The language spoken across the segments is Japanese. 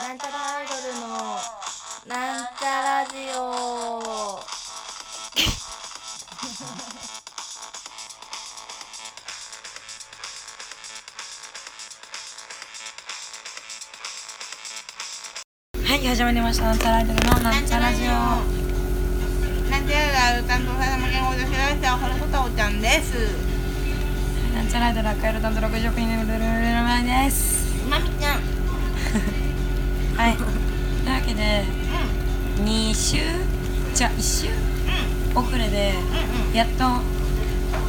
なんちゃらアイドルのなんちゃラジオはい、始まりました。なんちゃらアイドルのなんちゃラジオ。なんてやら歌のさだま言語女子大生はほらこたおちゃんです。なんちゃらアイドル赤色担当六十億人のルルルルマです。まみちゃん。うん。はい。というわけで、二週、じゃあ一週遅れで、うやっと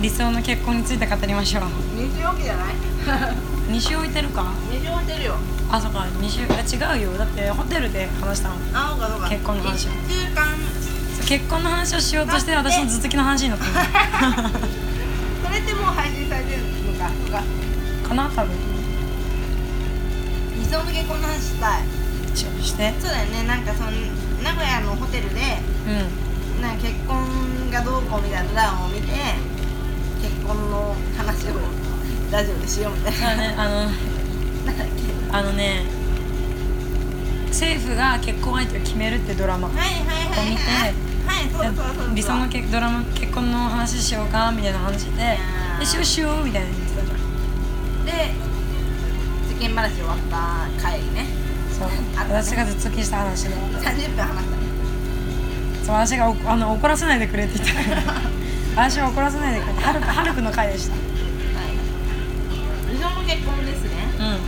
理想の結婚について語りましょう。んうん。二週置きじゃない？二週置いてるか。二週置いてるよ。あ、そうか。二週あ違うよ。だってホテルで話したの。あそうかそうか。結婚の話一週間。そう結婚の話をしようとして私の頭突きの話になったのそれってもう配信されてるのか。そうか。かな多分。理想の結婚の話したい。一応して。そうだよね。なんかその名古屋のホテルでうん。なんか結婚がどうこうみたいなドラマを見て結婚の話をラジオでしようみたいだからな。ね、あの。なんだっけ。あのね政府が結婚相手を決めるってドラマをはいはいはいはい。見てはいそうそうそうそう。理想のけドラマ結婚の話しようかみたいな話でーでしようしようみたいな言ってたじゃんで世間話終わった回ねそうあったね私が頭突きした話で30分話したねそう私がおあの怒らせないでくれって言ったから 私は怒らせないでくれってハルクハルクの回でしたはい理想の結婚ですねうん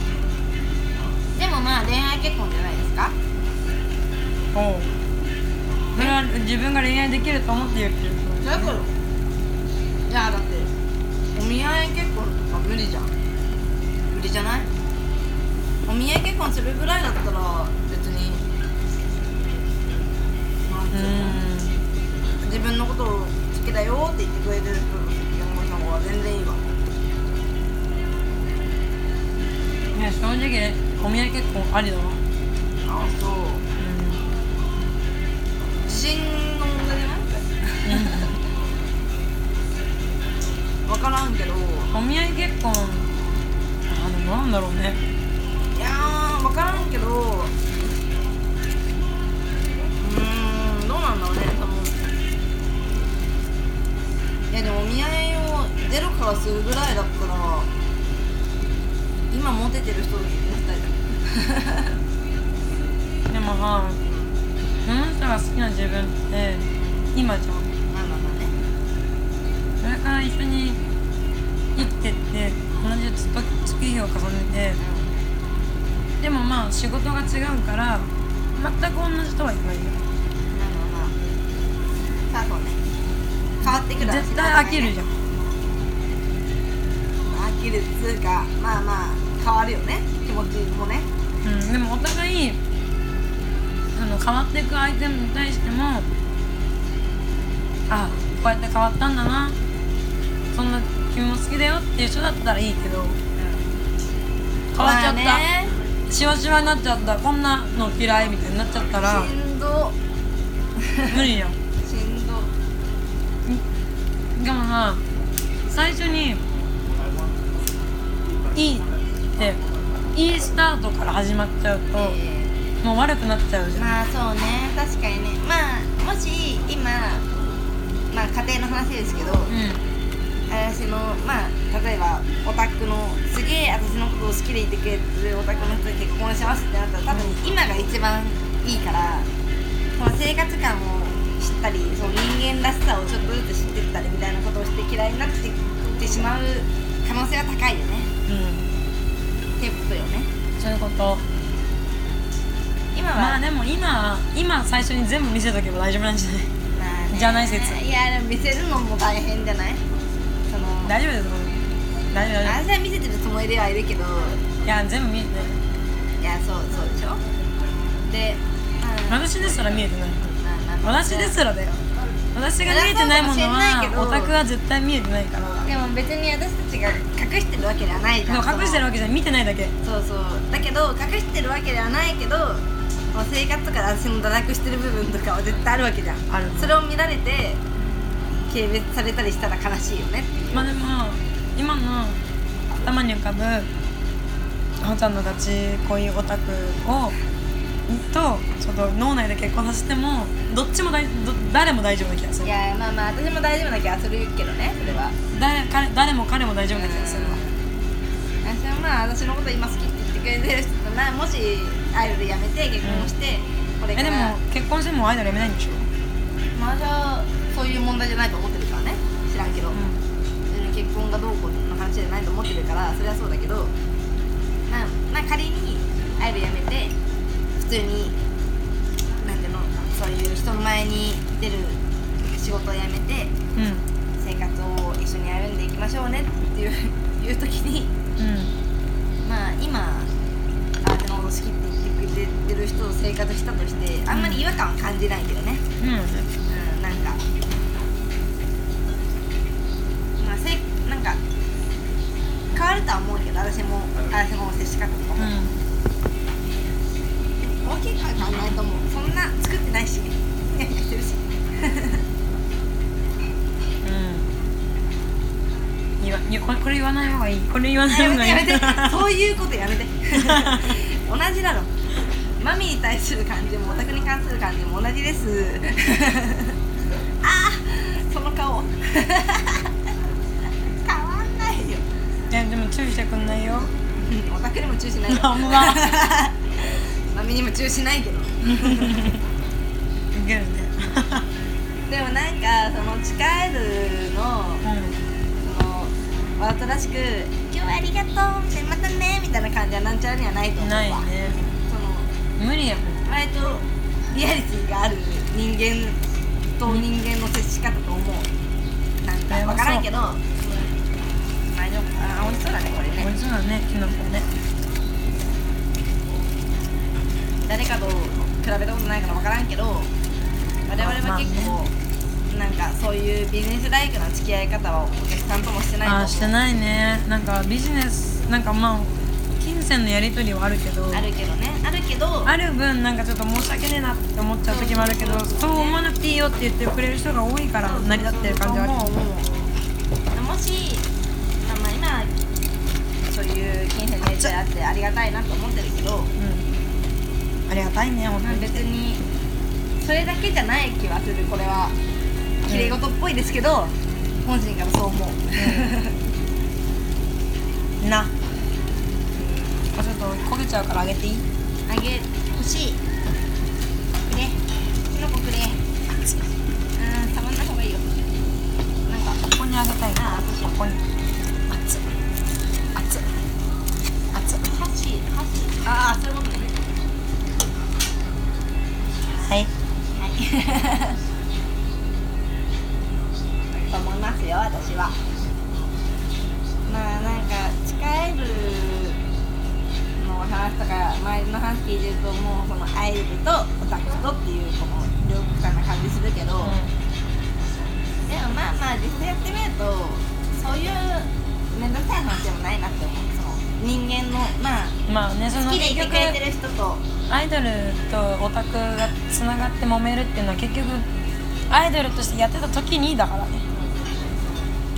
でもまあ恋愛結婚じゃないですかおうそれは自分が恋愛できると思って言ってるだからいやだってお見合い結婚とか無理じゃん無理じゃないお見合い結婚するぐらいだったら別にまあうー自分のことを好きだよって言ってくれてる人山本さんは全然いいわんいや正直お見合い結婚ありだわあそううん自信の問題じゃない分からんけどいお見合い結婚あでもなんだろうねやー分からんけどうーんどうなんだろうねそのいやでもお見合いをゼロからするぐらいだったら今モテてる人になりたいじでもさその人が好きな自分って今じゃんゃんなんだろうねそれから一緒に生きてって同じ月月日を重ねてでもまあ仕事が違うから全く同じとはいかないようんなんだろうなさあそうね変わってくる絶対飽きるじゃん飽きるっつうかまあまあ変わるよね気持ちもねうん、でもお互いあの変わっていく相手に対してもあこうやって変わったんだなそんな君も好きだよっていう人だったらいいけど変わっちゃった、まあねしわしわになっちゃったこんなの嫌いみたいになっちゃっ たらしんど無理やんしんどでもさ最初にいいっていいスタートから始まっちゃうとえもう悪くなっちゃうじーゃんまあそうね確かにねまあもし今まあ家庭の話ですけどう私のまあ例えばオタクのすげえ私のことを好きでいてくれてるオタクの人に結婚しますってなったら多分今が一番いいからその生活感を知ったりその人間らしさをちょっとずつ知ってったりみたいなことをして嫌いになってってしまう可能性は高いよねんうんっていうことよねそういうこと今はまあでも今今最初に全部見せとけば大丈夫なんじゃないまあねじゃない説いやでも見せるのも大変じゃないその大丈夫ですよ大丈夫大丈私は見せてるつもりではいるけど夫いや全部見えてないいやそうそうでしょで、うん私ですら見えてない私ですすらだよ私が見えてないものそりゃそうかもしれないけはどオタクは絶対見えてないからでも別に私たちが隠してるわけではないじでゃんも隠してるわけじゃない見てないだけそうそうだけど隠してるわけではないけどその生活とか私の堕落してる部分とかは絶対あるわけじゃんあるそれを見られて軽蔑されたりしたら悲しいよねまあでも今の頭に浮かぶあほちゃんのガチ恋オタクをとその脳内で結婚させてもどっちもだいど誰も大丈夫な気がすいるやまあまあ私も大丈夫な気がするけどねそれは誰彼誰も彼も大丈夫な気がするわ私はまあ私のこと今好きって言ってくれてる人となもしアイドル辞めて結婚して、これえかでもら結婚してもアイドルやめないんでしょ、まあじゃあそういう問題じゃないと思ってるからね知らんけど、ううん結婚がどうこうの話じゃないと思ってるからそれはそうだけどまあ、まあ、仮にアイドル辞めて普通になんていうのそういう人の前に出る仕事を辞めてんうん生活を一緒に歩んでいきましょうねっていう いう時にまあ今あなたのこと好きって言ってくれてる人と生活したとしてあんまり違和感は感じないけどね、うんうんうん、なんか、まあ、せなんか変わるとは思うけど私も私も接し方とかも、大きいから変わんないと思うそんな作ってないし ニヤニヤしてるしうん言わいやこれこれ言わない方がいいこれ言わないや方めがていいやめてそういうことやめて同じだろマミに対する感じもオタクに関する感じも同じです ああその顔 変わんないよいやでも注意してくんないようんオタクにもチューしないよほん まマミにもチューしないけどいけるねでもなんかその地下アイドルのうそのわざとらしく「今日はありがとう」みたいな「またね」みたいな感じはなんちゃらにはないと思んうわないねその無理やもん割とリアリティがある人間と人間の接し方と思うなんか分からんけど大丈夫かなあ美味しそうだねこれ美ね味しそうだねきのこね誰かと比べたことないから分からんけど我々は結構なんかそういうビジネスライクな付き合い方はお客さんともしてないとあ思ーうしてないねなんかビジネスなんかまあ金銭のやり取りはあるけどあるけどねあるけどある分なんかちょっと申し訳ねえなって思っちゃう時もあるけどそう思わなくていいよって言ってくれる人が多いから成り立ってる感じはあるもうもうもし、まあ、まあ今そういう金銭の影響あってありがたいなと思ってるけど、うんありがたいね本当まあ、に別にそれだけじゃない気はするこれは綺麗事っぽいですけど本人からそう 思う、なちょっと焦げちゃうからあげていいあげ欲しいくれキノコくれうん触んない方がいいよなんかここにあげたいああそうしようこに熱っ熱っ熱っ箸箸ああそういうことねはいと思いますよ私はまあなんか地下アイドルの話とか周りの話聞いてるともうそのアイドルとオタクとっていうこの両極端な感じするけど、でもまあまあ実際やってみるとそういう面倒くさい話でもないなって思うその人間のまあまあねその好きでいてくれてる人とアイドルとオタクがつながって揉めるっていうのは結局アイドルとしてやってた時にだからね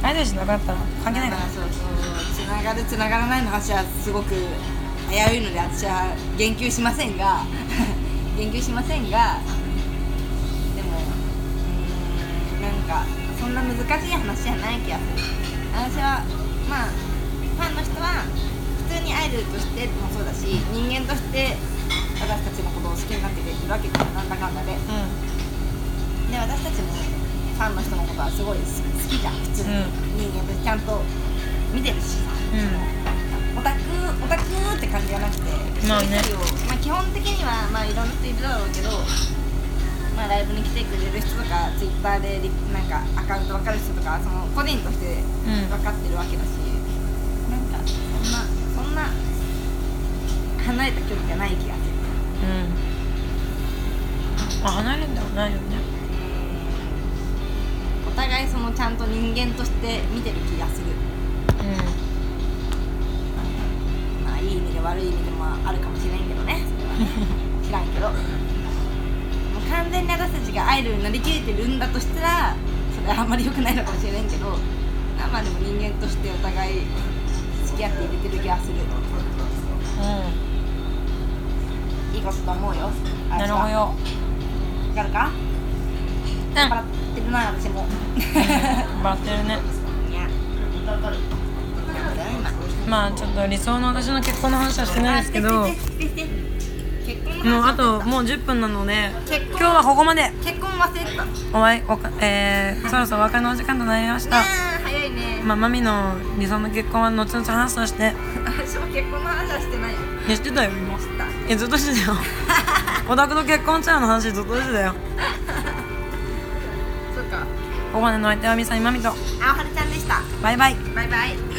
アイドルじゃなかったら関係ないかまあらそうそうつながるつながらないの話はすごく危ういので私は言及しませんが 言及しませんがでもうーんなんかそんな難しい話じゃない気がする私はまあファンの人は普通にアイドルとしてもそうだし人間として私たちのことを好きになってくれてるわけじゃんなんだかんだでうで私たちもファンの人のことはすごい好きじゃん普通に、人間としてちゃんと見てるしさんうんオタクオタクって感じじゃなくてまあね一人一人をまあ、基本的にはまあいろんな人いるだろうけどまあライブに来てくれる人とかツイッターでリなんかアカウント分かる人とかその個人としてうん分かってるわけだし、なんかそんなそんな離れた距離じゃない気がするうんあ離れるんではないよねお互いそのちゃんと人間として見てる気がするうまあいい意味で悪い意味でもあるかもしれんけどねそれはね知らんけどもう完全に私たちがアイドルになりきれてるんだとしたらそれはあんまり良くないのかもしれんけどまあまあでも人間としてお互い付き合っていれてる気がするいんうんいことと思うよバってるねいやなんだよ今まあちょっと理想の私の結婚の話はしてないですけどもう結婚の話あともう10分なので結婚今日はここまで結婚忘れてたねおわいおかえー、そろそろお別れのお時間となりましえた早いねまあマミの理想の結婚は後々話すとして 私も結婚の話はしてないよいやしてたよ今知ったえずっとしてたよオタクの結婚チャーの話ずっとしてたよそうかここまでのお相手はみさんまみとあおはるちゃんでしたバイバイバイバイ